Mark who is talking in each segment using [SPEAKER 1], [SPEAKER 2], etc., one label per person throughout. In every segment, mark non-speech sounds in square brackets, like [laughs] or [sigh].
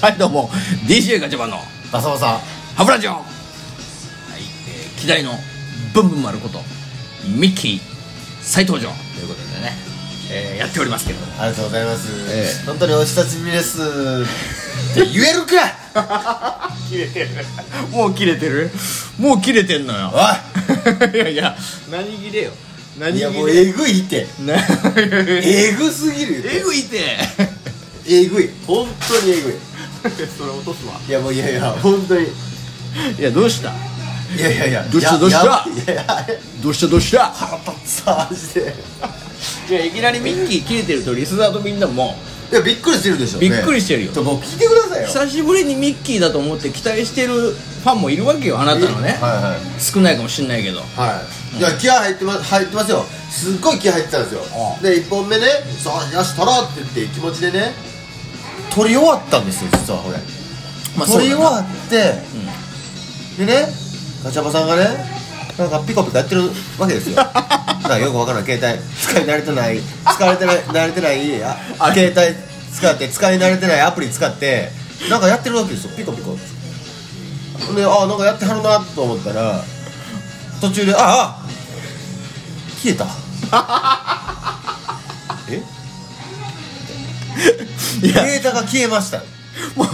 [SPEAKER 1] はいどうも DJ ガチャバンの
[SPEAKER 2] バサバサ
[SPEAKER 1] ハブラジオ、はいえー、機代のブンブン丸ことミッキー再登場ということでね、えーやっておりますけれども
[SPEAKER 2] ありがとうございます、
[SPEAKER 1] ええ
[SPEAKER 2] 本当にお久しぶりですって言えるか
[SPEAKER 1] 切れてるもう切れてるもう切れてんのよ [laughs] いやいや何切れよ
[SPEAKER 2] お
[SPEAKER 1] 何
[SPEAKER 2] いい
[SPEAKER 1] 切
[SPEAKER 2] や
[SPEAKER 1] れ
[SPEAKER 2] もうえぐいって
[SPEAKER 1] な [laughs] え
[SPEAKER 2] えぐすぎるって
[SPEAKER 1] ぐいて
[SPEAKER 2] えぐい本当にえぐい
[SPEAKER 1] それ落とすわ
[SPEAKER 2] いやもういやいや本当に
[SPEAKER 1] いやどうした
[SPEAKER 2] いやいやいや
[SPEAKER 1] どうした
[SPEAKER 2] や
[SPEAKER 1] どうした
[SPEAKER 2] やいやいやあれ
[SPEAKER 1] どうしたどうした
[SPEAKER 2] 腹立つわマジで
[SPEAKER 1] じゃあいきなりミッキー切れてるとリスナーとみんなも
[SPEAKER 2] いやびっくりしてるでしょ
[SPEAKER 1] びっくりしてるよ
[SPEAKER 2] ちょもう聞いてくださいよ
[SPEAKER 1] 久しぶりにミッキーだと思って期待してるファンもいるわけよあなたのね
[SPEAKER 2] はいはい
[SPEAKER 1] 少ないかもしんないけど
[SPEAKER 2] はい、いや気合入ってます入ってますよすっごい気合入ってたんですよ
[SPEAKER 1] ああ
[SPEAKER 2] で1本目ね「さあよし取ろう」って言って気持ちでね取り終わったんですよ実はこれ、
[SPEAKER 1] まあ
[SPEAKER 2] 取り終
[SPEAKER 1] そうだな
[SPEAKER 2] わって、でねガチャバさんがねなんかピコピコやってるわけで
[SPEAKER 1] [laughs]
[SPEAKER 2] すよなんかよくわからない携帯使い慣れてない使われてない慣れてないあ
[SPEAKER 1] あ
[SPEAKER 2] 携帯使って使い慣れてないアプリ使ってなんかやってるわけですよピコピコであなんかやってはるなと思ったら途中で「ああ消
[SPEAKER 1] [laughs]
[SPEAKER 2] えた」え
[SPEAKER 1] いや
[SPEAKER 2] データが消えました
[SPEAKER 1] もう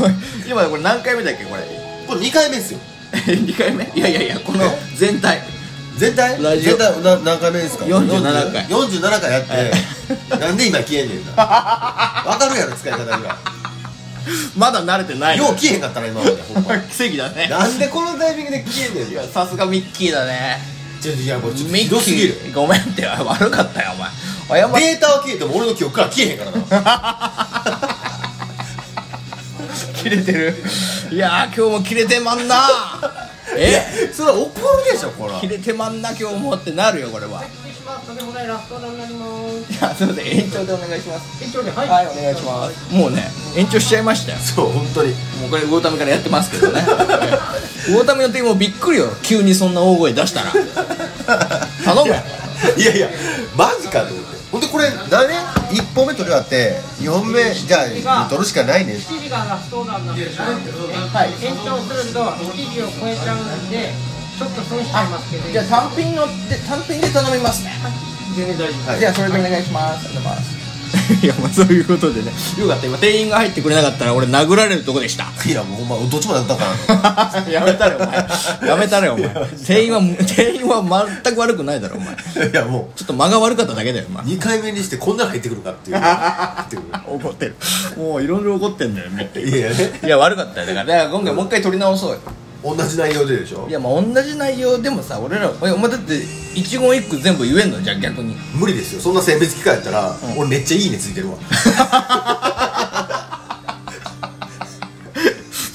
[SPEAKER 1] 今これ何回目だっけこれ [laughs]
[SPEAKER 2] これ2回目ですよ
[SPEAKER 1] 2回目いやいやいやこの全体
[SPEAKER 2] 全体
[SPEAKER 1] ラジオ
[SPEAKER 2] 全体な何回目ですか
[SPEAKER 1] 47回
[SPEAKER 2] 40 47回やって [laughs] なんで今消えんねんなわかるやろ使い方ぐらい
[SPEAKER 1] まだ慣れてない
[SPEAKER 2] よう消えへんかったな今までほんま
[SPEAKER 1] 奇跡だね
[SPEAKER 2] なんでこのタイミングで消えんねん
[SPEAKER 1] い
[SPEAKER 2] な
[SPEAKER 1] やさすがミッキーだね
[SPEAKER 2] ちょっといやもうちょっと
[SPEAKER 1] ミ
[SPEAKER 2] ひ
[SPEAKER 1] ッキ
[SPEAKER 2] どすぎる
[SPEAKER 1] ーごめんって悪かったよお前謝っ
[SPEAKER 2] データは消えても俺の記憶から消えへんからな
[SPEAKER 1] 切れてるいやー今日も切れてまんな [laughs] え
[SPEAKER 2] それは怒るでしょこれ
[SPEAKER 1] 切れてまんな今日もってなるよこれは
[SPEAKER 3] 失礼します。とんでもないラストランになります。
[SPEAKER 1] い [laughs] やすいません延長でお願いします
[SPEAKER 3] 延長で、はい。
[SPEAKER 1] はいお願いしますもうね延長しちゃいましたよ
[SPEAKER 2] そう本当に
[SPEAKER 1] もうこれ魚民からやってますけどね [laughs] 魚民の時もうびっくりよ急にそんな大声出したら頼むよ
[SPEAKER 2] いやいやマジかと思ってほんでこれ何年1本目取り終わって2本目じゃあ取るしかないねん
[SPEAKER 3] 7時がラストランなんですけど、はい、延長すると7時を超えちゃうんで、ちょっと損しちゃいますけど、
[SPEAKER 1] じゃあ単品ので単品で頼みますね、
[SPEAKER 3] 全然大丈夫
[SPEAKER 2] はい
[SPEAKER 1] じゃあそれでお願いします、お願いし [laughs] ますいやまあそういうことでねよかった今店員が入ってくれなかったら俺殴られるとこでした [laughs]
[SPEAKER 2] いやもうほんまどっちもやったから
[SPEAKER 1] やめたれお前やめたれお [laughs] 前店員は店員は全く悪くないだろお前ち
[SPEAKER 2] いやも
[SPEAKER 1] ょっと間が悪かっただけだよお前 [laughs]
[SPEAKER 2] う2回目にしてこんなの入ってくるかっていう入ってく
[SPEAKER 1] 怒ってるもういろいろ怒ってんだよもう
[SPEAKER 2] るいやね
[SPEAKER 1] いや悪かったよだからだから今回もう一回撮り直そうよ
[SPEAKER 2] 同じ内容ででしょ
[SPEAKER 1] いやまあ同じ内容でもさ俺らお前だって一言一句全部言えんのじゃあ逆に
[SPEAKER 2] 無理ですよそんな選別機会やったら、
[SPEAKER 1] ん
[SPEAKER 2] 俺めっちゃいいねついてるわ
[SPEAKER 1] [laughs]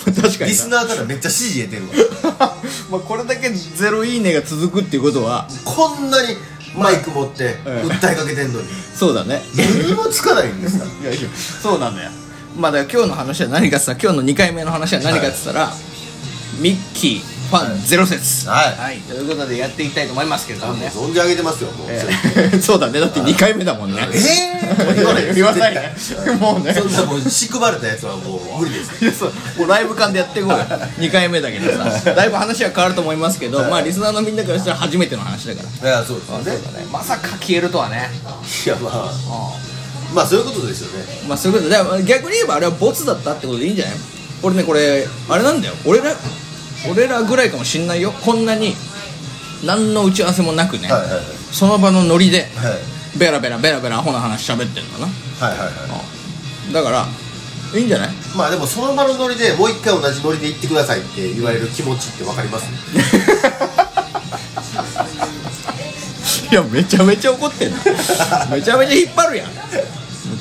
[SPEAKER 1] 確かに
[SPEAKER 2] リス
[SPEAKER 1] な
[SPEAKER 2] ナーからめっちゃ支持得てるわ
[SPEAKER 1] [laughs] まあこれだけゼロいいねが続くっていうことは
[SPEAKER 2] こんなにマイク持って
[SPEAKER 1] うん
[SPEAKER 2] 訴えかけてんのに
[SPEAKER 1] そうだね
[SPEAKER 2] 何もつかないんですか
[SPEAKER 1] いやいやそうなんだよまあだから今日の話は何かってさ今日の2回目の話は何かって言ったら、ミッキーファンゼロ説
[SPEAKER 2] はい
[SPEAKER 1] はい、ということでやっていきたいと思いますけれど
[SPEAKER 2] あ
[SPEAKER 1] も
[SPEAKER 2] もう
[SPEAKER 1] ね
[SPEAKER 2] 存じ上げてますよもう、
[SPEAKER 1] えー [laughs] そうだねだって2回目だもんね
[SPEAKER 2] えー、言わないで
[SPEAKER 1] [laughs]
[SPEAKER 2] す
[SPEAKER 1] 言わないね
[SPEAKER 2] 絶対
[SPEAKER 1] [laughs] もうね
[SPEAKER 2] そんなもう仕組まれたやつはもう無理です
[SPEAKER 1] いやそうもうライブ感でやっていこうよ2 [laughs] 回目だけどさだいぶ話は変わると思いますけどまあリスナーのみんなからしたら初めての話だから
[SPEAKER 2] いやそうですよね
[SPEAKER 1] ねまさか消えるとはね
[SPEAKER 2] いやまあまあそういうことですよね
[SPEAKER 1] まあそういうことでだから逆に言えばあれはボツだったってことでいいんじゃない俺ねこれあれなんだよ俺ら俺らぐらいかもしんないよこんなに何の打ち合わせもなくね、
[SPEAKER 2] はいはいはい
[SPEAKER 1] その場のノリで
[SPEAKER 2] はい
[SPEAKER 1] ベラベラベラベラアホな話喋ってんだな
[SPEAKER 2] はいはいはい
[SPEAKER 1] だからいいんじゃない
[SPEAKER 2] まあでもその場のノリでもう一回同じノリで行ってくださいって言われる気持ちってわかります
[SPEAKER 1] いやめちゃめちゃ怒ってんのめちゃめちゃ引っ張るやん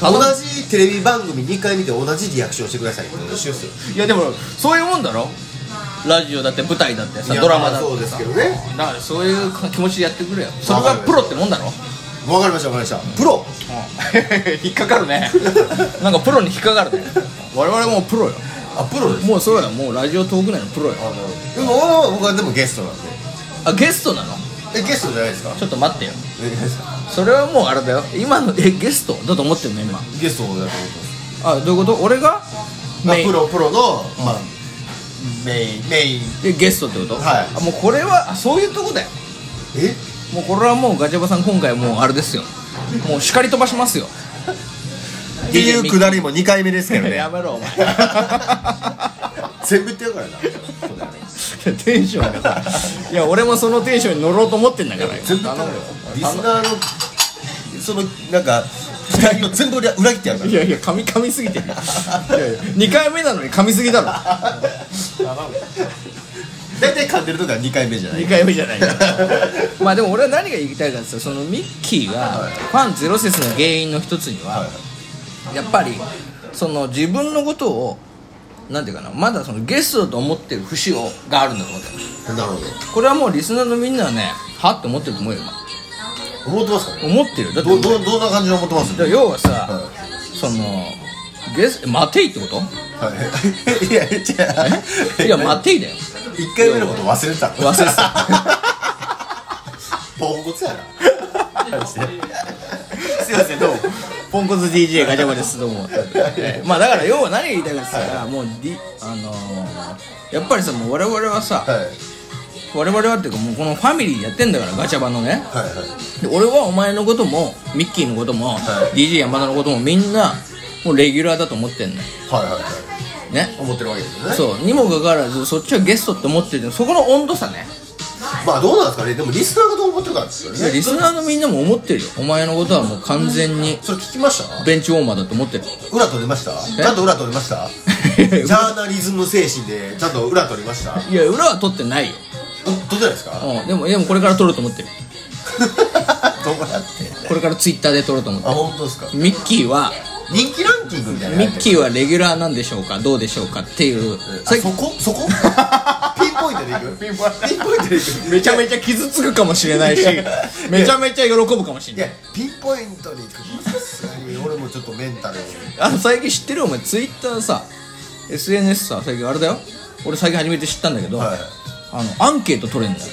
[SPEAKER 2] 同じテレビ番組2回見て同じリアクションしてくださいって一緒ですよ
[SPEAKER 1] いやでもそういうもんだろラジオだって舞台だってさ
[SPEAKER 2] いや
[SPEAKER 1] ドラマだってさ
[SPEAKER 2] そうですけどね
[SPEAKER 1] だからそういう気持ちでやってくれよそれがプロってもんだろ、
[SPEAKER 2] わかりましたわかりましたプロ
[SPEAKER 1] 引っかかるねなんかプロに引っかかるね我々もうプロよ
[SPEAKER 2] あプロです
[SPEAKER 1] もうそうやもうラジオトーク内のプロよ
[SPEAKER 2] あのでも僕はでもゲストなんで
[SPEAKER 1] あゲストなの
[SPEAKER 2] えゲストじゃないですか
[SPEAKER 1] ちょっと待ってよ
[SPEAKER 2] えですか
[SPEAKER 1] それはもうあれだよ今のえゲストだと思ってんの今
[SPEAKER 2] ゲストだと思って
[SPEAKER 1] あどういうこと俺が
[SPEAKER 2] まあ
[SPEAKER 1] メイン
[SPEAKER 2] プロプロの、まあ、メインメイン
[SPEAKER 1] でゲストってこと
[SPEAKER 2] はい
[SPEAKER 1] あもうこれはあそういうとこだよ
[SPEAKER 2] え
[SPEAKER 1] もうこれはもうガチャバさん今回もうあれですよもう叱り飛ばしますよ
[SPEAKER 2] っていうくだりも2回目ですけどね
[SPEAKER 1] やめろお前
[SPEAKER 2] 全部言ってるからなそうだよね
[SPEAKER 1] [laughs] テンションがさいや俺もそのテンションに乗ろうと思ってんだからよ
[SPEAKER 2] 全部言ってるからリスナーのそのなんか期待を全部裏切ってやるか
[SPEAKER 1] いやいや噛み噛みすぎてるよいやいや2回目なのに噛みすぎだろ
[SPEAKER 2] ら大体噛んでるとか2回目
[SPEAKER 1] [laughs]
[SPEAKER 2] じゃない
[SPEAKER 1] 2回目じゃないよまあでも俺は何が言いたいかっていうとそのミッキーがファンゼロ説の原因の一つには
[SPEAKER 2] は
[SPEAKER 1] やっぱりその自分のことをなんていうかなまだそのゲストだと思ってる節をがあるんだと思って
[SPEAKER 2] いなるほど
[SPEAKER 1] これはもうリスナーのみんなはねはって思ってると思うよ
[SPEAKER 2] 思ってますかね
[SPEAKER 1] 今思ってるよだって
[SPEAKER 2] どどどんな感じで思ってます
[SPEAKER 1] だから要はさ、
[SPEAKER 2] は
[SPEAKER 1] そのゲス待ていってこと
[SPEAKER 2] はい、いや違う
[SPEAKER 1] いや待ていだよ
[SPEAKER 2] 1回目のこと忘れてた
[SPEAKER 1] 忘れてた
[SPEAKER 2] ポンコツやなすいませんどうも
[SPEAKER 1] ポンコツ DJ ガチャバですどうもえーまあだから要は何が言いたいかって言ったら、もう、D あのー、やっぱりさもう我々はさ、
[SPEAKER 2] はい
[SPEAKER 1] 我々はっていうかもうこのファミリーやってんだからガチャバのね
[SPEAKER 2] はいはい
[SPEAKER 1] で俺はお前のこともミッキーのことも、
[SPEAKER 2] はい
[SPEAKER 1] DJ 山田のこともみんなもうレギュラーだと思ってんのよ
[SPEAKER 2] はいはいはい
[SPEAKER 1] ね
[SPEAKER 2] 思ってるわけですよね
[SPEAKER 1] そうにもかかわらずそっちはゲストって思ってるけどそこの温度差ね
[SPEAKER 2] まあどうなんですかねでもリスナーがどう思ってるかですよ
[SPEAKER 1] いや
[SPEAKER 2] ね
[SPEAKER 1] リスナーのみんなも思ってるよお前のことはもう完全に
[SPEAKER 2] それ聞きました
[SPEAKER 1] ベンチウォーマーだと思 [laughs] ってる
[SPEAKER 2] 裏取れましたちゃんと裏取れましたジャーナリズム精神でちゃんと裏取りました
[SPEAKER 1] いや裏は取ってないよ、
[SPEAKER 2] ど [laughs] どうじゃないですか
[SPEAKER 1] うん、でもでもこれから取ると思ってる
[SPEAKER 2] どうやって
[SPEAKER 1] これからツイッターで取ると思って
[SPEAKER 2] あ本当ですか
[SPEAKER 1] るミッキーは
[SPEAKER 2] 人気ランキングみたいな
[SPEAKER 1] ミッキ
[SPEAKER 2] ー
[SPEAKER 1] ーはレギュラーなんでしょうかどうでしょうかっていうさっき
[SPEAKER 2] そこ
[SPEAKER 1] [laughs]
[SPEAKER 2] そこピンポイントでいくピンポイントでいく
[SPEAKER 1] めちゃめちゃ傷つくかもしれないし
[SPEAKER 2] いや
[SPEAKER 1] めちゃめちゃ喜ぶかもしれ
[SPEAKER 2] い
[SPEAKER 1] ない
[SPEAKER 2] やピンポイントに行くさすがに俺もちょっとメンタル
[SPEAKER 1] あの最近知ってるお前ツイッターさ SNS さ最近あれだよ俺最近初めて知ったんだけど、
[SPEAKER 2] はい
[SPEAKER 1] あのアンケート取れんだよ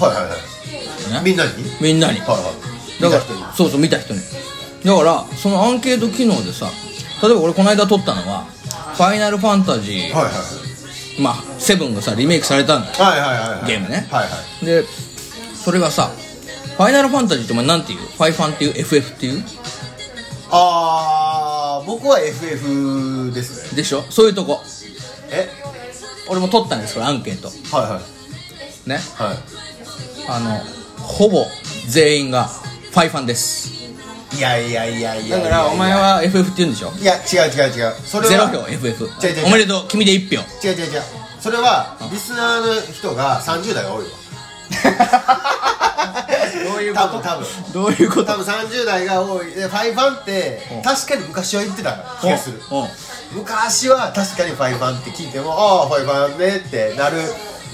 [SPEAKER 2] はいはいはいみんなに
[SPEAKER 1] みんなに
[SPEAKER 2] はいはい
[SPEAKER 1] だ
[SPEAKER 2] 見
[SPEAKER 1] から
[SPEAKER 2] た人には
[SPEAKER 1] そうそう見た人にだからそのアンケート機能でさ例えば俺この間撮ったのは「ファイナルファンタジー
[SPEAKER 2] い」はい
[SPEAKER 1] まあ「セブンがさリメイクされたのよ
[SPEAKER 2] はいはいはいはい
[SPEAKER 1] ゲームね
[SPEAKER 2] はいはい
[SPEAKER 1] でそれがさ「ファイナルファンタジー」ってお前なんていうファイファンっていう FF っていう
[SPEAKER 2] あー僕は FF ですね
[SPEAKER 1] でしょそういうとこ
[SPEAKER 2] え
[SPEAKER 1] 俺も撮ったんですからアンケート
[SPEAKER 2] はいはい
[SPEAKER 1] ね
[SPEAKER 2] は
[SPEAKER 1] あのほぼ全員がファイファンです
[SPEAKER 2] いいやいやいやいや
[SPEAKER 1] だからお前は FF って言うんでしょ
[SPEAKER 2] いや違う違う違うそれ
[SPEAKER 1] ゼロ
[SPEAKER 2] は
[SPEAKER 1] 票 FF
[SPEAKER 2] 違う違う違う
[SPEAKER 1] おめでとう君で1票
[SPEAKER 2] 違う違う違うそれはリスナーの人が30代が多いわ
[SPEAKER 1] どういうこと
[SPEAKER 2] 多分多分
[SPEAKER 1] どういうこ
[SPEAKER 2] 多分30代が多いでファイファンって
[SPEAKER 1] うん
[SPEAKER 2] 確かに昔は言ってた気がする
[SPEAKER 1] うんうん
[SPEAKER 2] 昔は確かにファイファンって聞いてもああファイファンねってなる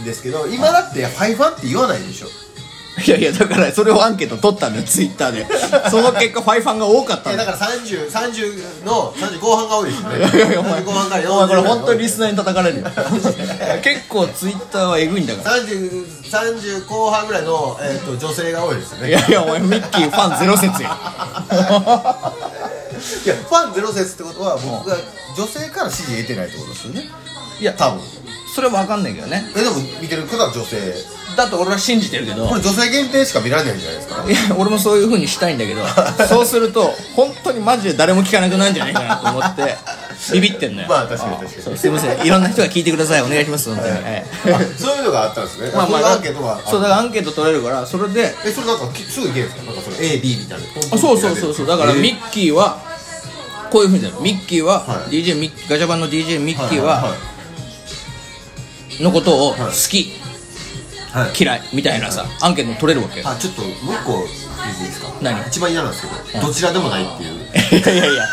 [SPEAKER 2] んですけど今だってファイファンって言わないでしょ
[SPEAKER 1] いやいやだからそれをアンケート取ったんだよツイッターでその結果ファイファンが多かった
[SPEAKER 2] い
[SPEAKER 1] ん
[SPEAKER 2] や
[SPEAKER 1] だ
[SPEAKER 2] だ
[SPEAKER 1] よ
[SPEAKER 2] から3030の30後半 [laughs] が多いですよね
[SPEAKER 1] いやいやお前
[SPEAKER 2] 30後半から
[SPEAKER 1] お前これ本当にリ
[SPEAKER 2] 40
[SPEAKER 1] スナーに叩か
[SPEAKER 2] [laughs]
[SPEAKER 1] れるよ結構ツイッターはエグいんだか
[SPEAKER 2] 30, 30後半ぐらいの、えー、と女性が多いですよ
[SPEAKER 1] ら
[SPEAKER 2] ね
[SPEAKER 1] いやいやお前ミッキーファンゼロ説や
[SPEAKER 2] いやファンゼロ説ってことは僕が女性から支持得てないってことですよね
[SPEAKER 1] いや
[SPEAKER 2] 多分
[SPEAKER 1] [laughs] それは分かんないけどね
[SPEAKER 2] えでも見てる方は女性
[SPEAKER 1] だって俺は信じてるけど
[SPEAKER 2] これ女性限定しか見られないんじゃないですか
[SPEAKER 1] いや俺もそういう風にしたいんだけどそうすると本当にマジで誰も聞かなくなるんじゃないかなと思ってビビってんのよ
[SPEAKER 2] まあ確かに確か
[SPEAKER 1] そう
[SPEAKER 2] に
[SPEAKER 1] すいませんいろんな人が聞いてくださいお願いします本当に、はい
[SPEAKER 2] あそういうのがあったんですね
[SPEAKER 1] まあまあ
[SPEAKER 2] そういうアンケートは
[SPEAKER 1] そうだからアンケート取れるからそれで
[SPEAKER 2] えそれなんかきすぐいけるんですかなんかその AB みたいな
[SPEAKER 1] あそうそうそうそうだからミッキーはこういうふうになるミッキーは、
[SPEAKER 2] はい
[SPEAKER 1] DJ ミッキーガチャ版の DJ ミッキー
[SPEAKER 2] はい
[SPEAKER 1] はのことを好
[SPEAKER 2] はい
[SPEAKER 1] き、
[SPEAKER 2] はいはい
[SPEAKER 1] 嫌いみたいなさアンケートも取れるわけよ
[SPEAKER 2] あちょっともう一個いいですか
[SPEAKER 1] 何
[SPEAKER 2] 一番嫌なんですけどどちらでもないっていう
[SPEAKER 1] いやいやいや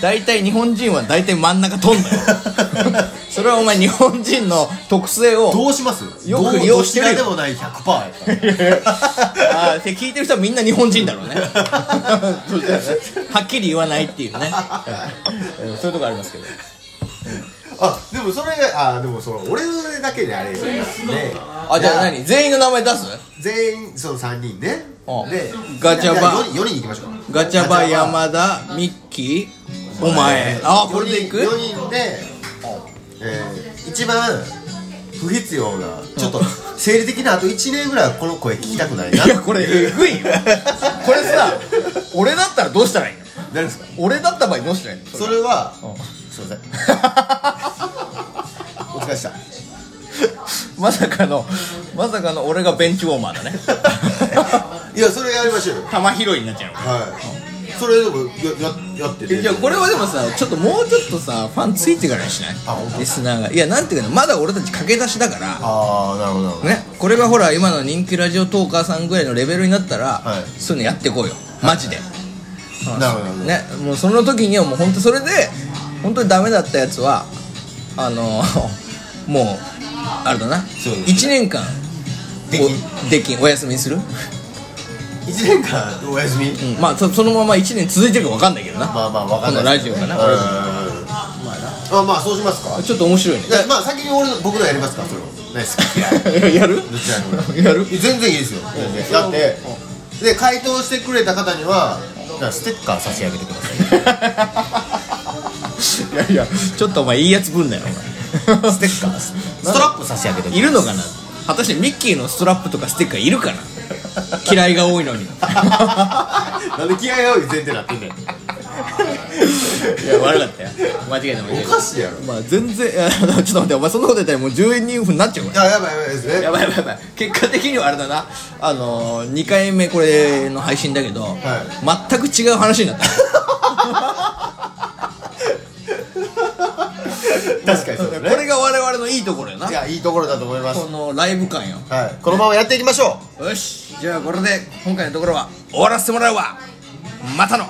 [SPEAKER 1] 大体日本人は大体真ん中飛んだよそれはお前日本人の特性を
[SPEAKER 2] どうします
[SPEAKER 1] よく利用してるよ
[SPEAKER 2] どうどちらでもない100%やったら
[SPEAKER 1] あー [laughs] って聞いてる人はみんな日本人だろうねそうですねはっきり言わないっていうねうんそういうとこありますけど
[SPEAKER 2] あでもそれがあでもその俺だけであれよね
[SPEAKER 1] あじゃあ何全員の名前出す
[SPEAKER 2] 全員その3人ね
[SPEAKER 1] うん
[SPEAKER 2] で
[SPEAKER 1] ガチャバ
[SPEAKER 2] 4人行きましょうか
[SPEAKER 1] ガチャバ山田ミッキーお前あこれでいく
[SPEAKER 2] 4人でえー一番不必要なちょっと生理的なあと1年ぐらいはこの声聞きたくないない
[SPEAKER 1] やこれえぐいよこれさ俺だったらどうしたらいいの
[SPEAKER 2] 何ですか
[SPEAKER 1] 俺だった場合どうしたらいいの
[SPEAKER 2] それは
[SPEAKER 1] うん
[SPEAKER 2] すいませんお疲れっした
[SPEAKER 1] [laughs] まさかのまさかの俺がベンチウォーマーだね
[SPEAKER 2] [laughs] いやそれやりましょうよ
[SPEAKER 1] 玉拾いになっちゃう
[SPEAKER 2] はいそれでもやややって
[SPEAKER 1] え
[SPEAKER 2] ね
[SPEAKER 1] じゃあこれはでもさちょっともうちょっとさファンついてからにしない
[SPEAKER 2] あ本当
[SPEAKER 1] リスナーがいやなんていうかなまだ俺たち駆け出しだから
[SPEAKER 2] ああなるほどなるほど
[SPEAKER 1] ね、これがほら今の人気ラジオトーカーさんぐらいのレベルになったら、
[SPEAKER 2] はい
[SPEAKER 1] そういうのやっていこうよマジで、
[SPEAKER 2] なるほどなるほど
[SPEAKER 1] ねもうその時にはもう本当それで本当にダメだったやつはあの [laughs] もうあれだな、
[SPEAKER 2] そうですね
[SPEAKER 1] 1年間
[SPEAKER 2] できん
[SPEAKER 1] おできんお休みにする、
[SPEAKER 2] 1年間お休み
[SPEAKER 1] うんまあそそのまま1年続いてるか分かんないけどな、
[SPEAKER 2] まあまあわかんないです
[SPEAKER 1] このラジオかな
[SPEAKER 2] う
[SPEAKER 1] 俺
[SPEAKER 2] んまあまあそうしますか
[SPEAKER 1] ちょっと面白いね [laughs]
[SPEAKER 2] いやまあ先に俺の僕のやりますかそれをね [laughs] 好き嫌い
[SPEAKER 1] やる
[SPEAKER 2] どちらにも
[SPEAKER 1] やる [laughs]
[SPEAKER 2] 全然いいですよ全然だってで回答してくれた方にはだからステッカー差し上げてくださ
[SPEAKER 1] いやいやちょっとお前いいやつぶんだよお
[SPEAKER 2] [laughs]
[SPEAKER 1] 前
[SPEAKER 2] いステッカーストラップ差し上げてくださ
[SPEAKER 1] いるのかな果たしてミッキーのストラップとかステッカーいるかな
[SPEAKER 2] [laughs]
[SPEAKER 1] 嫌いが多いのにい
[SPEAKER 2] なんで気合が多い前提なってんねん
[SPEAKER 1] や悪かったよ間違えた間違え
[SPEAKER 2] [laughs] おかしいやろ
[SPEAKER 1] たまあ全然い [laughs] やちょっと待ってお前そんなこと言ったらもう10円人分になっちゃうか
[SPEAKER 2] あやばいやばいです
[SPEAKER 1] ら
[SPEAKER 2] ね
[SPEAKER 1] やばいやばいやばい結果的にはあれだなあのー、2回目これの配信だけど、全く違う話にな
[SPEAKER 2] [laughs]
[SPEAKER 1] った
[SPEAKER 2] 確かにそうですね
[SPEAKER 1] これが我々のいいところよない
[SPEAKER 2] やいいところだと思います
[SPEAKER 1] このライブ感よ
[SPEAKER 2] はいこのままやっていきましょう
[SPEAKER 1] よしじゃあこれで今回のところは終わらせてもらうわまたの